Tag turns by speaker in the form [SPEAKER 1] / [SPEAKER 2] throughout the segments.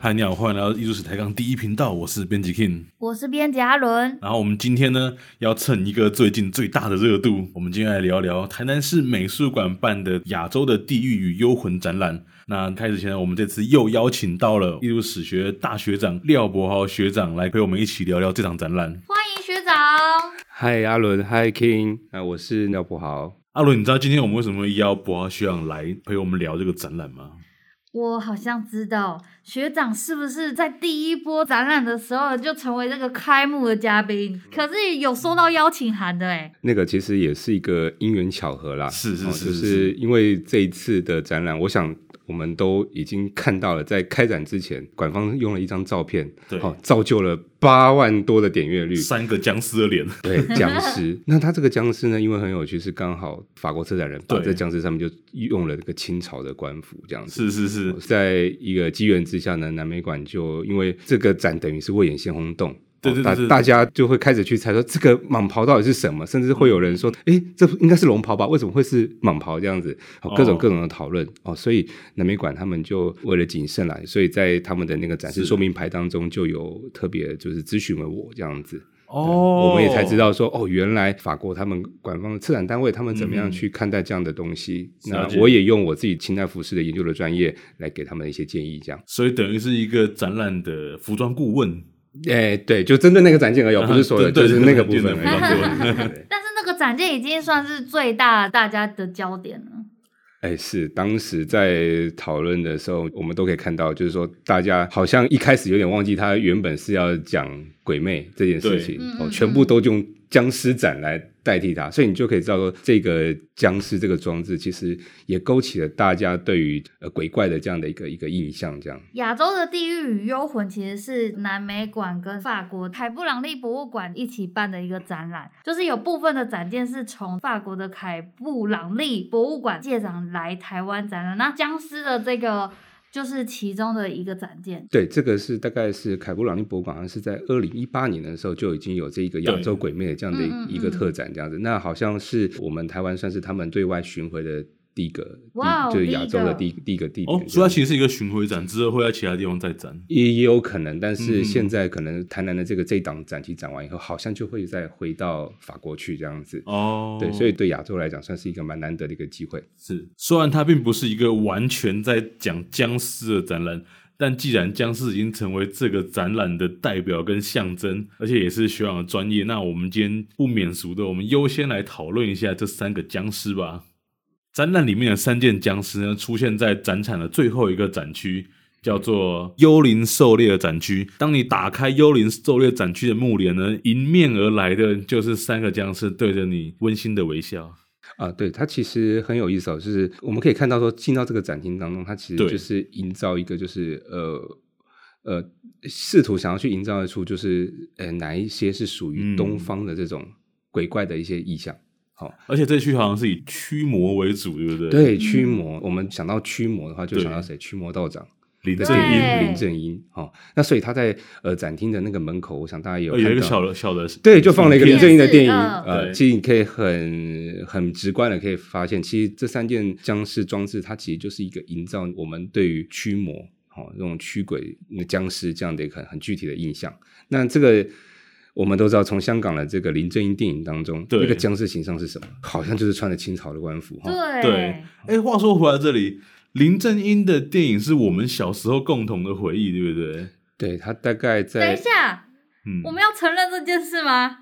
[SPEAKER 1] 嗨，你好，欢迎来到艺术史抬杠第一频道，我是编辑 King。
[SPEAKER 2] 我是编辑阿伦，
[SPEAKER 1] 然后我们今天呢，要蹭一个最近最大的热度，我们今天来聊聊台南市美术馆办的亚洲的地狱与幽魂展览。那开始前呢，我们这次又邀请到了艺术史学大学长廖博豪学长来陪我们一起聊聊这场展览。
[SPEAKER 2] 欢迎学长。
[SPEAKER 3] 嗨，阿伦，嗨，King，啊，我是廖博豪。
[SPEAKER 1] 阿伦，你知道今天我们为什么会邀博豪学长来陪我们聊这个展览吗？
[SPEAKER 2] 我好像知道学长是不是在第一波展览的时候就成为这个开幕的嘉宾，可是有收到邀请函的哎、
[SPEAKER 3] 那个其实也是一个因缘巧合啦，
[SPEAKER 1] 是是
[SPEAKER 3] 哦
[SPEAKER 1] 是
[SPEAKER 3] 就是是因为这一次的展览，我想我们都已经看到了，在开展之前，馆方用了一张照片，
[SPEAKER 1] 对
[SPEAKER 3] 哦，造就了八万多的点阅率。
[SPEAKER 1] 三个僵尸的脸，
[SPEAKER 3] 对，僵尸。那他这个僵尸呢，因为很有趣，是刚好法国策展人把
[SPEAKER 1] 对
[SPEAKER 3] 这僵尸上面就用了这个清朝的官服这样子。
[SPEAKER 1] 是是哦是，
[SPEAKER 3] 在一个机缘之下呢，南美馆就因为这个展等于是未演先轰动。
[SPEAKER 1] 对
[SPEAKER 3] 哦
[SPEAKER 1] 对对
[SPEAKER 3] 大
[SPEAKER 1] 对
[SPEAKER 3] 大家就会开始去猜说这个蟒袍到底是什么，甚至会有人说，诶，这应该是龙袍吧？为什么会是蟒袍这样子？哦，各
[SPEAKER 1] 哦
[SPEAKER 3] 种各种的讨论哦所以南美馆他们就为了谨慎啦，所以在他们的那个展示
[SPEAKER 1] 是
[SPEAKER 3] 说明牌当中就有特别就是咨询了我这样子。
[SPEAKER 1] 哦
[SPEAKER 3] 我们也才知道说，哦，原来法国他们官方策展单位他们怎
[SPEAKER 1] 嗯
[SPEAKER 3] 么样去看待这样的东西。
[SPEAKER 1] 了解
[SPEAKER 3] 那我也用我自己清代服饰的研究的专业来给他们一些建议，这样。
[SPEAKER 1] 所以等于是一个展览的服装顾问，
[SPEAKER 3] 哎，对，就针对那个展件而言，我不是说
[SPEAKER 1] 啊
[SPEAKER 3] 的，
[SPEAKER 1] 对
[SPEAKER 3] 就是那个部分
[SPEAKER 1] 对对
[SPEAKER 3] 而已。对对
[SPEAKER 2] 但是那个展件已经算是最大大家的焦点了。
[SPEAKER 3] 哎，是当时在讨论的时候，我们都可以看到，就是说大家好像一开始有点忘记，他原本是要讲鬼魅这件
[SPEAKER 1] 对
[SPEAKER 3] 事情
[SPEAKER 2] 嗯，
[SPEAKER 3] 哦
[SPEAKER 2] 嗯，
[SPEAKER 3] 全部都用僵尸展来代替它，所以你就可以知道说，这个僵尸这个装置其实也勾起了大家对于呃鬼怪的这样的一个一个印象，这样。
[SPEAKER 2] 亚洲的地狱与幽魂其实是南美馆跟法国凯布朗利博物馆一起办的一个展览，就是有部分的展件是从法国的凯布朗利博物馆借展来台湾展览。那僵尸的这个就是其中的一个展件。
[SPEAKER 3] 对，这个是大概是凯布朗利博物馆，好像是在二零一八年的时候就已经有这个亚洲鬼魅的这样的
[SPEAKER 2] 嗯嗯
[SPEAKER 3] 一个特展，这样子。那好像是我们台湾算是他们对外巡回的第一个，
[SPEAKER 2] 哇哦
[SPEAKER 3] 第就是亚洲的
[SPEAKER 2] 第一
[SPEAKER 3] 第一第一个地点
[SPEAKER 1] 哦
[SPEAKER 3] 这，样子。
[SPEAKER 1] 所以它其实是一个巡回展，之后会在其他地方再展。
[SPEAKER 3] 也也有可能，但是
[SPEAKER 1] 嗯
[SPEAKER 3] 现在可能台南的这个这一档展期展完以后，好像就会再回到法国去这样子。
[SPEAKER 1] 哦，
[SPEAKER 3] 对，所以对亚洲来讲，算是一个蛮难得的一个机会。
[SPEAKER 1] 是虽然它并不是一个完全在讲僵尸的展览，但既然僵尸已经成为这个展览的代表跟象征，而且也是学长的专业，那我们今天不免俗的，我们优先来讨论一下这三个僵尸吧。展览里面的三件僵尸呢，出现在展场的最后一个展区。叫做幽灵狩猎展区。当你打开幽灵狩猎展区的幕帘呢，迎面而来的就是三个僵尸对着你温馨的微笑。
[SPEAKER 3] 啊，对，它其实很有意思哦，就是我们可以看到说，进到这个展厅当中，它其
[SPEAKER 1] 对
[SPEAKER 3] 实就是营造一个就是呃呃，试图想要去营造出就是呃哪一些是属于
[SPEAKER 1] 嗯
[SPEAKER 3] 东方的这种鬼怪的一些意象。好、
[SPEAKER 1] 而且这区好像是以驱魔为主，对不对？，
[SPEAKER 3] 对，驱魔，我们想到驱魔的话，就想到
[SPEAKER 1] 对
[SPEAKER 3] 谁？驱魔道长。
[SPEAKER 1] 林
[SPEAKER 3] 对
[SPEAKER 1] 正英哎
[SPEAKER 2] 对
[SPEAKER 3] 林正英哦，那所以他在呃展厅的那个门口，我想大家也有
[SPEAKER 1] 呃
[SPEAKER 3] 看到
[SPEAKER 1] 有一个小的小的，
[SPEAKER 3] 对，就放了一个林正英的电影，
[SPEAKER 2] 电视嗯
[SPEAKER 3] 呃
[SPEAKER 1] 对，
[SPEAKER 3] 其实你可以很很直观的可以发现，其实这三件僵尸装置，它其实就是一个营造我们对于驱魔哦那种驱鬼、那僵尸这样的一个很很具体的印象。那这个我们都知道，从香港的这个林正英电影当中，
[SPEAKER 1] 对
[SPEAKER 3] 那个僵尸形象是什么？好像就是穿着清朝的官服哈。
[SPEAKER 2] 对
[SPEAKER 1] 对，哎，话说回来这里，林正英的电影是我们小时候共同的回忆，对不对？
[SPEAKER 3] 对，他大概
[SPEAKER 2] 等一
[SPEAKER 3] 在
[SPEAKER 2] 下，
[SPEAKER 1] 嗯
[SPEAKER 2] 我，们要承认这件事吗？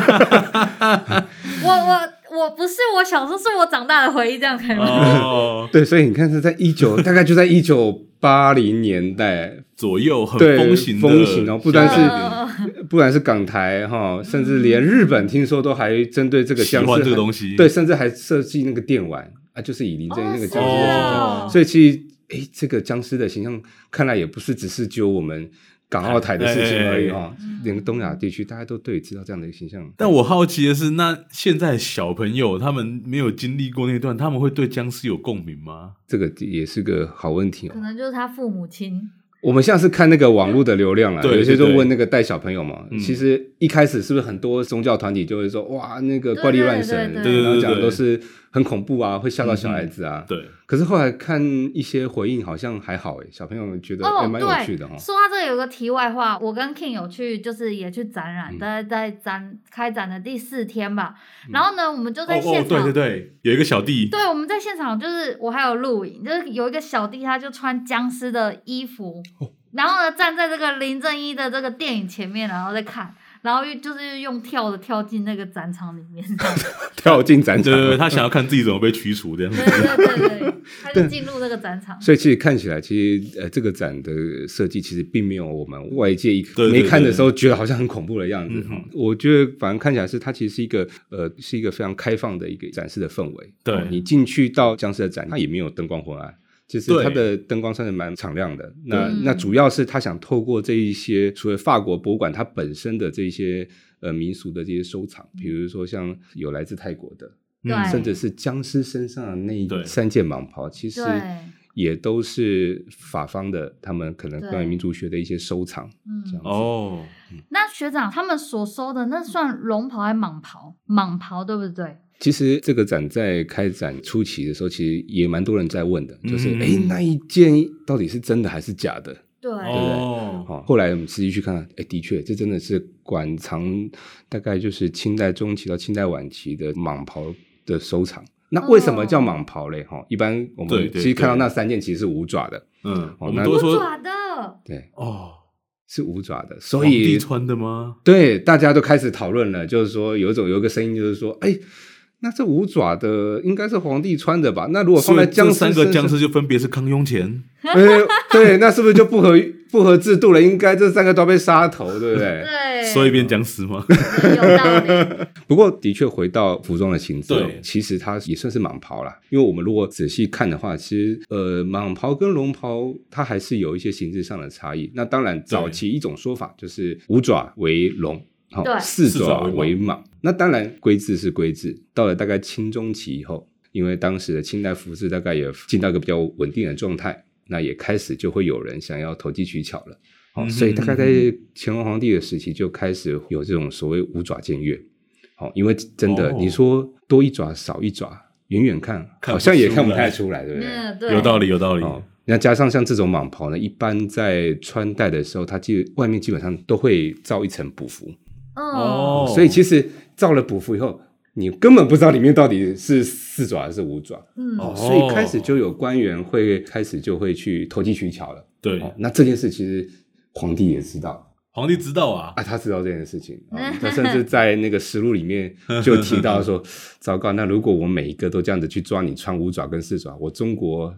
[SPEAKER 2] 我我我不是我小时候，是我长大的回忆，这样可以吗？
[SPEAKER 1] 哦，
[SPEAKER 3] 对，所以你看是在一九，大概就在一九八零年代，
[SPEAKER 1] 左右很
[SPEAKER 3] 对
[SPEAKER 1] 风行的
[SPEAKER 3] 风行哦不单是
[SPEAKER 1] 小
[SPEAKER 2] 呃
[SPEAKER 3] 不管是港台哈，甚至
[SPEAKER 1] 嗯
[SPEAKER 3] 连日本听说都还针对这个
[SPEAKER 1] 喜
[SPEAKER 3] 僵尸
[SPEAKER 1] 欢这个
[SPEAKER 3] 还
[SPEAKER 1] 东西，
[SPEAKER 3] 对，，甚至还设计那个电玩啊，就是以林
[SPEAKER 2] 嗯
[SPEAKER 3] 正英那个僵尸的形象。
[SPEAKER 1] 哦
[SPEAKER 3] 所以其实，哎，这个僵尸的形象看来也不是只是只有我们港澳台的事情而已
[SPEAKER 1] 哎哎哎
[SPEAKER 3] 哈，整个东亚地区大家都对知道这样的一个形象。
[SPEAKER 1] 但我好奇的是，那现在小朋友他们没有经历过那段，他们会对僵尸有共鸣吗？
[SPEAKER 3] 这个也是个好问题哦
[SPEAKER 2] 可。能就是他父母亲。
[SPEAKER 3] 我们像是看那个网络的流量啦，
[SPEAKER 1] 对
[SPEAKER 3] 有些就
[SPEAKER 1] 对对
[SPEAKER 3] 问那个带小朋友嘛。
[SPEAKER 1] 嗯
[SPEAKER 3] 其实一开始是不是很多宗教团体就会说，哇，那个怪力乱神，
[SPEAKER 2] 对
[SPEAKER 1] 对对对对
[SPEAKER 3] 然后讲的
[SPEAKER 1] 对对对
[SPEAKER 3] 都是很恐怖啊，会吓到小孩子啊。
[SPEAKER 1] 对，
[SPEAKER 3] 可是后来看一些回应，好像还好诶，欸小朋友们觉得
[SPEAKER 2] 哦
[SPEAKER 3] 也，蛮、有趣的哈
[SPEAKER 2] 对，。说到这个有个题外话，我跟 King 有去，就是也去展览，
[SPEAKER 3] 嗯
[SPEAKER 2] 大概在展开展的第四天吧。然后呢，我们就在
[SPEAKER 1] 哦，
[SPEAKER 2] 现场，
[SPEAKER 1] 对对对，有一个小弟，
[SPEAKER 2] 对我们在现场就是我还有录影，就是有一个小弟他就穿僵尸的衣服，
[SPEAKER 1] 哦
[SPEAKER 2] 然后呢站在这个林正英的这个电影前面，然后再看。然后又就是用跳的跳进那个展场里面，
[SPEAKER 3] 跳进展
[SPEAKER 1] 对
[SPEAKER 3] 场，
[SPEAKER 1] 对对，他想要看自己怎么被驱逐这样子
[SPEAKER 2] 对。对对对对，他就进入这个展场。
[SPEAKER 3] 所以其实看起来，其实呃，这个展的设计其实并没有我们外界一
[SPEAKER 1] 对对
[SPEAKER 3] 没看的时候觉得好像很恐怖的样子
[SPEAKER 1] 嗯。
[SPEAKER 3] 哈我觉得反正看起来是它其实是一个呃是一个非常开放的一个展示的氛围。
[SPEAKER 1] 对
[SPEAKER 3] 哦你进去到僵尸的展，它也没有灯光昏暗。就是
[SPEAKER 1] 对
[SPEAKER 3] 它的灯光算是蛮敞亮的，那
[SPEAKER 2] 嗯
[SPEAKER 3] 那主要是他想透过这一些，除了法国博物馆它本身的这一些呃民俗的这些收藏，比如说像有来自泰国的，
[SPEAKER 2] 嗯对
[SPEAKER 3] 嗯甚至是僵尸身上的那一
[SPEAKER 1] 对
[SPEAKER 3] 三件蟒袍，其实
[SPEAKER 2] 对
[SPEAKER 3] 也都是法方的，他们可能
[SPEAKER 2] 对
[SPEAKER 3] 关于民族学的一些收藏。这
[SPEAKER 2] 嗯
[SPEAKER 3] 样，
[SPEAKER 1] 哦，
[SPEAKER 2] 那学长他们所收的那算龙袍还是蟒袍？蟒袍对不对？
[SPEAKER 3] 其实这个展在开展初期的时候，其实也蛮多人在问的，就是
[SPEAKER 1] 嗯
[SPEAKER 3] 哎、诶那一件到底是真的还是假的？
[SPEAKER 2] 对，
[SPEAKER 1] 哦，
[SPEAKER 3] 哦，后来我们实际去看，哎，的确，这真的是馆藏大概就是清代中期到清代晚期的蟒袍的收藏。那为什么叫蟒袍嘞？哈、一般我
[SPEAKER 1] 对
[SPEAKER 3] 们
[SPEAKER 1] 对
[SPEAKER 3] 其实看到
[SPEAKER 1] 对
[SPEAKER 3] 那三件其实是五爪的，
[SPEAKER 1] 嗯，
[SPEAKER 3] 哦
[SPEAKER 1] 我们
[SPEAKER 3] 那
[SPEAKER 1] 都
[SPEAKER 2] 五
[SPEAKER 1] 会说
[SPEAKER 2] 爪的，
[SPEAKER 3] 对，
[SPEAKER 1] 哦，
[SPEAKER 3] 是五爪的，
[SPEAKER 1] 皇
[SPEAKER 3] 所以
[SPEAKER 1] 帝穿的吗？
[SPEAKER 3] 对，大家都开始讨论了，就是说有一种有一个声音，就是说，哎，那这五爪的应该是皇帝穿的吧？那如果放
[SPEAKER 1] 所
[SPEAKER 3] 在
[SPEAKER 1] 以
[SPEAKER 3] 僵
[SPEAKER 1] 这
[SPEAKER 3] 尸
[SPEAKER 1] 三个
[SPEAKER 3] 身上
[SPEAKER 1] 僵，尸就分别是康雍乾，
[SPEAKER 3] 哎，对，那是不是就不合不合制度了？应该这三个都要被杀头，对不 对？
[SPEAKER 2] 对，
[SPEAKER 1] 所以变僵尸吗？
[SPEAKER 2] 对有道理。
[SPEAKER 3] 不过，的确回到服装的形制哦
[SPEAKER 1] 对，
[SPEAKER 3] 其实它也算是蟒袍啦。因为我们如果仔细看的话，其实呃，蟒袍跟龙袍它还是有一些形制上的差异。那当然，早期一种说法就是五爪为龙，好、
[SPEAKER 2] 对
[SPEAKER 3] 四
[SPEAKER 1] 四爪
[SPEAKER 3] 爪
[SPEAKER 1] 为蟒
[SPEAKER 3] 为蟒。那当然，规制是规制。到了大概清中期以后，因为当时的清代服饰大概也进到一个比较稳定的状态，那也开始就会有人想要投机取巧了。
[SPEAKER 1] 嗯
[SPEAKER 3] 哦，
[SPEAKER 1] 哼
[SPEAKER 3] 所以大概在
[SPEAKER 1] 嗯
[SPEAKER 3] 乾隆皇帝的时期就开始有这种所谓五爪僭越。好、因为真的，
[SPEAKER 1] 哦
[SPEAKER 3] 你说多一爪少一爪，远远看
[SPEAKER 1] 看不
[SPEAKER 3] 好像也
[SPEAKER 1] 出
[SPEAKER 3] 看不
[SPEAKER 1] 来
[SPEAKER 3] 太出来，对不对？
[SPEAKER 2] 嗯，对，
[SPEAKER 1] 有道理，有道理。
[SPEAKER 3] 哦，那加上像这种蟒袍呢，一般在穿戴的时候，它基外面基本上都会罩一层补服，
[SPEAKER 2] 嗯，
[SPEAKER 1] 哦，
[SPEAKER 3] 所以其实罩了补服以后，你根本不知道里面到底是四爪还是五爪。
[SPEAKER 2] 嗯，
[SPEAKER 1] 哦
[SPEAKER 3] 所以开始就有官员会开始就会去投机取巧了。
[SPEAKER 1] 对
[SPEAKER 3] 哦，那这件事其实皇帝也知道，
[SPEAKER 1] 皇帝知道啊，
[SPEAKER 3] 啊，他知道这件事情， 啊，他甚至在那个实录里面就提到说， 糟糕，那如果我每一个都这样子去抓你穿五爪跟四爪，我中国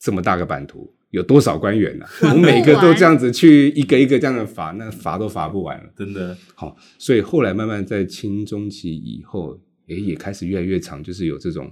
[SPEAKER 3] 这么大个版图。有多少官员呢、啊
[SPEAKER 2] 管
[SPEAKER 3] 我
[SPEAKER 2] 不
[SPEAKER 3] 每个都
[SPEAKER 2] 完
[SPEAKER 3] 这样子去一个一个这样的罚，那罚都罚不完了。
[SPEAKER 1] 真的
[SPEAKER 3] 好，所以后来慢慢在清中期以后，诶，也开始越来越长，就是有这种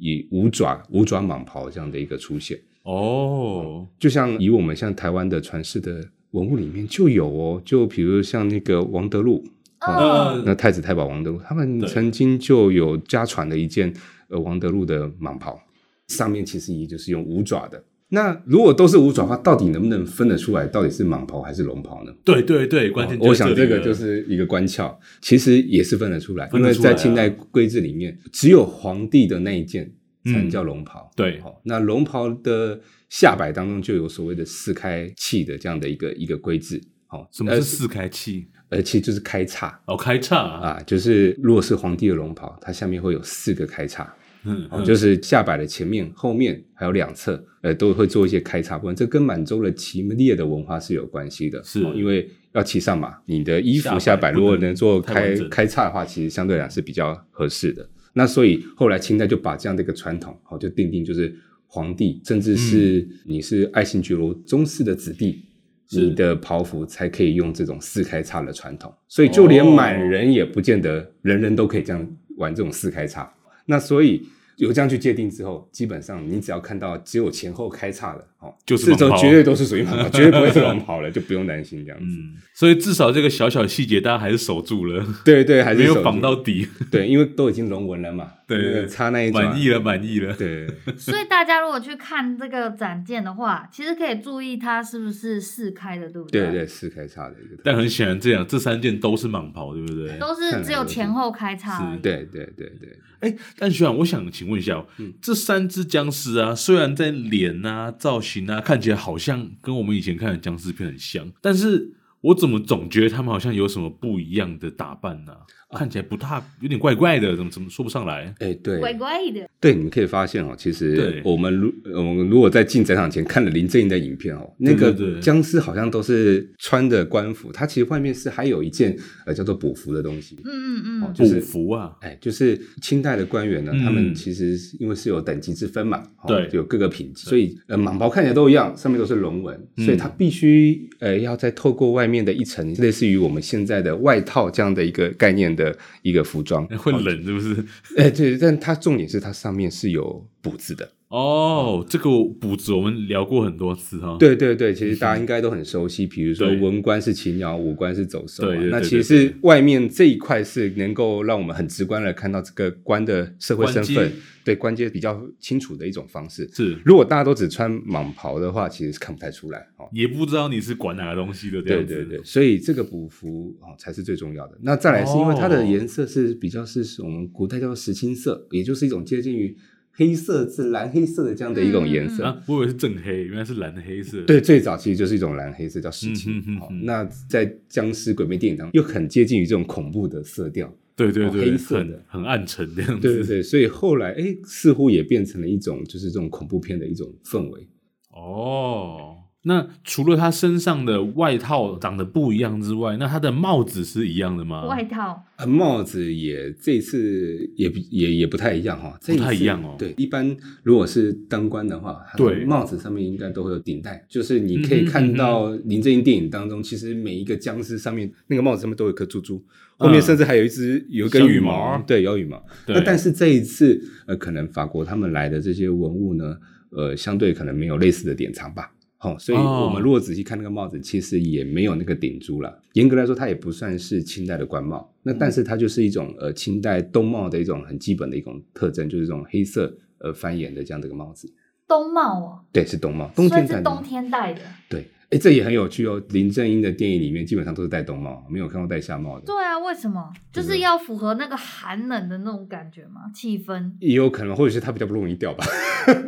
[SPEAKER 3] 以五爪五爪蟒袍这样的一个出现。
[SPEAKER 1] 哦，
[SPEAKER 3] 就像以我们像台湾的传世的文物里面就有哦，就比如像那个王德禄，
[SPEAKER 2] 嗯，
[SPEAKER 3] 那太子太保王德禄，他们
[SPEAKER 1] 对
[SPEAKER 3] 曾经就有家传了一件呃王德禄的蟒袍，上面其实也就是用五爪的。那如果都是五爪的话，到底能不能分得出来到底是蟒袍还是龙袍呢？
[SPEAKER 1] 对对对，关键
[SPEAKER 3] 我想
[SPEAKER 1] 这
[SPEAKER 3] 这个就是一个关窍，其实也是分得出来，
[SPEAKER 1] 分
[SPEAKER 3] 因
[SPEAKER 1] 得
[SPEAKER 3] 为
[SPEAKER 1] 出来
[SPEAKER 3] 在
[SPEAKER 1] 啊
[SPEAKER 3] 清代规制里面，只有皇帝的那一件才能叫龙袍。
[SPEAKER 1] 嗯对
[SPEAKER 3] 好那龙袍的下摆当中就有所谓的四开气的这样的一个一个规制。好，
[SPEAKER 1] 什么是四开气？
[SPEAKER 3] 呃？而且就是开叉
[SPEAKER 1] 哦，开叉啊，
[SPEAKER 3] 啊，就是如果是皇帝的龙袍，它下面会有四个开叉。
[SPEAKER 1] 嗯
[SPEAKER 3] 哦，
[SPEAKER 1] 嗯
[SPEAKER 3] 就是下摆的前面、后面还有两侧，呃，都会做一些开叉部分。这跟满洲的骑猎的文化是有关系的，
[SPEAKER 1] 是
[SPEAKER 3] 哦因为要骑上马，你的衣服
[SPEAKER 1] 下
[SPEAKER 3] 下
[SPEAKER 1] 摆
[SPEAKER 3] 摆
[SPEAKER 1] 不能
[SPEAKER 3] 如果能做
[SPEAKER 1] 太
[SPEAKER 3] 开
[SPEAKER 1] 完整
[SPEAKER 3] 开叉的话，其实相对来讲是比较合适的。那所以后来清代就把这样的一个传统，哦，就定定就是皇帝，甚至是你是爱新觉罗宗室的子弟。
[SPEAKER 1] 嗯是
[SPEAKER 3] 你的袍服才可以用这种四开叉的传统，所以就连
[SPEAKER 1] 哦
[SPEAKER 3] 满人也不见得人人都可以这样玩这种四开叉。那所以有这样去界定之后，基本上你只要看到只有前后开叉的，哦，
[SPEAKER 1] 就是
[SPEAKER 3] 这种
[SPEAKER 1] 蟒袍
[SPEAKER 3] 绝对都是属于 蟒袍，绝对不会是龙袍了，就不用担心这样子。
[SPEAKER 1] 嗯，所以至少这个小小细节大家还是守住了，
[SPEAKER 3] 对对，还是
[SPEAKER 1] 没有
[SPEAKER 3] 守
[SPEAKER 1] 绑
[SPEAKER 3] 住
[SPEAKER 1] 到底，
[SPEAKER 3] 对，因为都已经龙纹了嘛，
[SPEAKER 1] 对
[SPEAKER 3] 那个插那一爪
[SPEAKER 1] 满，意了，满意了。
[SPEAKER 3] 对，
[SPEAKER 2] 所以大家如果去看这个展件的话，其实可以注意它是不是四开的，对不
[SPEAKER 3] 对
[SPEAKER 2] 对
[SPEAKER 3] 对，四开叉的一个头，
[SPEAKER 1] 但很显然，这样这三件都是蟒袍，对不对？
[SPEAKER 2] 都是只有前后开叉而已。
[SPEAKER 3] 对对对对，
[SPEAKER 1] 哎，但学长，我想请问一下哦，
[SPEAKER 3] 嗯
[SPEAKER 1] 这三只僵尸啊，虽然在脸啊、造型啊看起来好像跟我们以前看的僵尸片很像，但是我怎么总觉得他们好像有什么不一样的打扮呢、看起来不大，有点怪怪的，怎么怎么说不上来？
[SPEAKER 3] 哎对
[SPEAKER 2] 怪怪的，
[SPEAKER 3] 对，你们可以发现哦，其
[SPEAKER 1] 对
[SPEAKER 3] 实我们如我们如果在进展场前看了林正英的影片哦，那
[SPEAKER 1] 对对
[SPEAKER 3] 个
[SPEAKER 1] 对
[SPEAKER 3] 僵尸好像都是穿着官服，它其实外面是还有一件呃叫做补服的东西，
[SPEAKER 2] 嗯嗯
[SPEAKER 3] 哦
[SPEAKER 2] 嗯，
[SPEAKER 3] 就
[SPEAKER 1] 补
[SPEAKER 3] 是
[SPEAKER 1] 服啊，
[SPEAKER 3] 哎，就是清代的官员呢，
[SPEAKER 1] 嗯
[SPEAKER 3] 他们其实是因为是有等级之分嘛，哦
[SPEAKER 1] 对
[SPEAKER 3] 有各个品级，所以呃，蟒袍看起来都一样，上面都是龙纹，
[SPEAKER 1] 嗯
[SPEAKER 3] 所以它必须呃要再透过外面的一层，类似于我们现在的外套这样的一个概念的一个服装，
[SPEAKER 1] 会冷是不是？
[SPEAKER 3] 哎，对，但它重点是它上面是有补字的，
[SPEAKER 1] 哦，这个补子我们聊过很多次哈、哦。
[SPEAKER 3] 对对对，其实大家应该都很熟悉，比如说
[SPEAKER 1] 对
[SPEAKER 3] 文官是禽鸟，武官是走兽、啊，
[SPEAKER 1] 对对对
[SPEAKER 3] 那
[SPEAKER 1] 对
[SPEAKER 3] 其实是外面这一块是能够让我们很直观的看到这个官的社会身
[SPEAKER 1] 官
[SPEAKER 3] 份
[SPEAKER 1] 阶，
[SPEAKER 3] 对官阶比较清楚的一种方式。
[SPEAKER 1] 是
[SPEAKER 3] 如果大家都只穿蟒袍的话，其实是看不太出来哦。
[SPEAKER 1] 也不知道你是管哪个东西的这
[SPEAKER 3] 对
[SPEAKER 1] 样子。
[SPEAKER 3] 对对，所以这个补服哦才是最重要的。那再来是因为它的
[SPEAKER 1] 哦
[SPEAKER 3] 颜色是比较是我们古代叫做石青色，也就是一种接近于黑色至蓝黑色的这样的一种颜色。
[SPEAKER 1] 啊，我以为是正黑，原来是蓝黑色。
[SPEAKER 3] 对，最早其实就是一种蓝黑色，叫石青
[SPEAKER 1] 嗯。哼哼
[SPEAKER 3] 好
[SPEAKER 1] 哼
[SPEAKER 3] 那在僵尸鬼魅电影当中，又很接近于这种恐怖的色调。
[SPEAKER 1] 对对
[SPEAKER 3] 哦
[SPEAKER 1] 对，
[SPEAKER 3] 黑色
[SPEAKER 1] 很
[SPEAKER 3] 的
[SPEAKER 1] 很暗沉这样子。
[SPEAKER 3] 对对对，所以后来哎，似乎也变成了一种就是这种恐怖片的一种氛围。
[SPEAKER 1] 哦，那除了他身上的外套长得不一样之外，那他的帽子是一样的吗？
[SPEAKER 2] 外套
[SPEAKER 3] 啊，帽子也这一次也不也也不太一样哈、这次
[SPEAKER 1] 不太一样哦
[SPEAKER 3] 对，一般如果是当官的话，它的
[SPEAKER 1] 对
[SPEAKER 3] 帽子上面应该都会有顶戴，就是你
[SPEAKER 1] 嗯
[SPEAKER 3] 可以
[SPEAKER 1] 哼嗯
[SPEAKER 3] 看
[SPEAKER 1] 哼
[SPEAKER 3] 到林正英电影当中，其实每一个僵尸上面那个帽子上面都有一颗珠珠，后面
[SPEAKER 1] 嗯
[SPEAKER 3] 甚至还有一只有一根
[SPEAKER 1] 小
[SPEAKER 3] 羽
[SPEAKER 1] 羽
[SPEAKER 3] 毛，
[SPEAKER 1] 毛
[SPEAKER 3] 对，有羽毛。
[SPEAKER 1] 对
[SPEAKER 3] 那但是这一次，呃，可能法国他们来的这些文物呢，呃，相对可能没有类似的典藏吧。好、所以
[SPEAKER 1] 哦
[SPEAKER 3] 我们如果仔细看那个帽子，其实也没有那个顶珠了。严格来说，它也不算是清代的官帽，那但是它就是一种呃清代冬帽的一种很基本的一种特征，就是这种黑色呃翻檐的这样的一个帽子。
[SPEAKER 2] 冬帽哦，
[SPEAKER 3] 对，是冬帽，冬
[SPEAKER 2] 所
[SPEAKER 3] 天
[SPEAKER 2] 以
[SPEAKER 3] 才
[SPEAKER 2] 是冬天戴的。
[SPEAKER 3] 对，哎，这也很有趣哦。林正英的电影里面基本上都是戴冬帽，没有看过戴夏帽的。
[SPEAKER 2] 对啊，为什么？就
[SPEAKER 3] 对。
[SPEAKER 2] 是要符合那个寒冷的那种感觉嘛，气氛
[SPEAKER 3] 也有可能，或者是他比较不容易掉吧。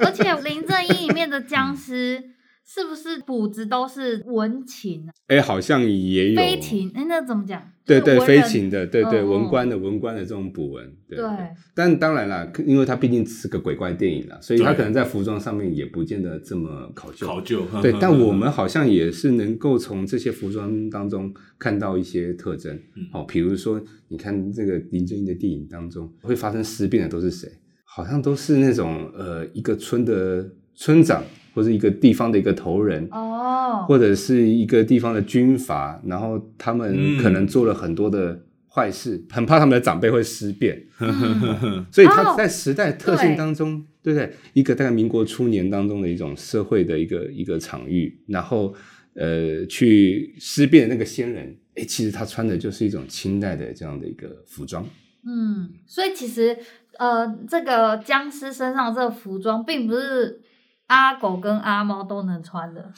[SPEAKER 2] 而且林正英里面的僵尸是不是补子都是文禽、啊、
[SPEAKER 3] 哎，好像也有
[SPEAKER 2] 飞禽？哎、那怎么讲？
[SPEAKER 3] 对
[SPEAKER 2] 就是
[SPEAKER 3] 对，
[SPEAKER 2] 文
[SPEAKER 3] 飞
[SPEAKER 2] 人
[SPEAKER 3] 禽的，对对，
[SPEAKER 2] 嗯
[SPEAKER 3] 文
[SPEAKER 2] 嗯
[SPEAKER 3] 官的文官的这种捕文，对
[SPEAKER 2] 对
[SPEAKER 3] 但当然啦，因为它毕竟是个鬼怪电影啦，所以它
[SPEAKER 1] 对
[SPEAKER 3] 可能在服装上面也不见得这么考究。
[SPEAKER 1] 考究。嗯呵呵
[SPEAKER 3] 对
[SPEAKER 1] 呵，
[SPEAKER 3] 但我们好像也是能够从这些服装当中看到一些特征
[SPEAKER 1] 嗯。
[SPEAKER 3] 哦，比如说，你看这个林正英的电影当中会发生尸变的都是谁？好像都是那种呃一个村的村长或者一个地方的一个头人，
[SPEAKER 2] 哦，
[SPEAKER 3] 或者是一个地方的军阀，然后他们
[SPEAKER 1] 嗯
[SPEAKER 3] 可能做了很多的坏事，很怕他们的长辈会尸变，
[SPEAKER 2] 嗯
[SPEAKER 3] 所以他
[SPEAKER 2] 哦
[SPEAKER 3] 在时代特性当中，对不对？一个大概民国初年当中的一种社会的一个一个场域，然后呃去尸变的那个先人，哎，其实他穿的就是一种清代的这样的一个服装，
[SPEAKER 2] 嗯，所以其实呃，这个僵尸身上这个服装并不是阿狗跟阿猫都能穿的，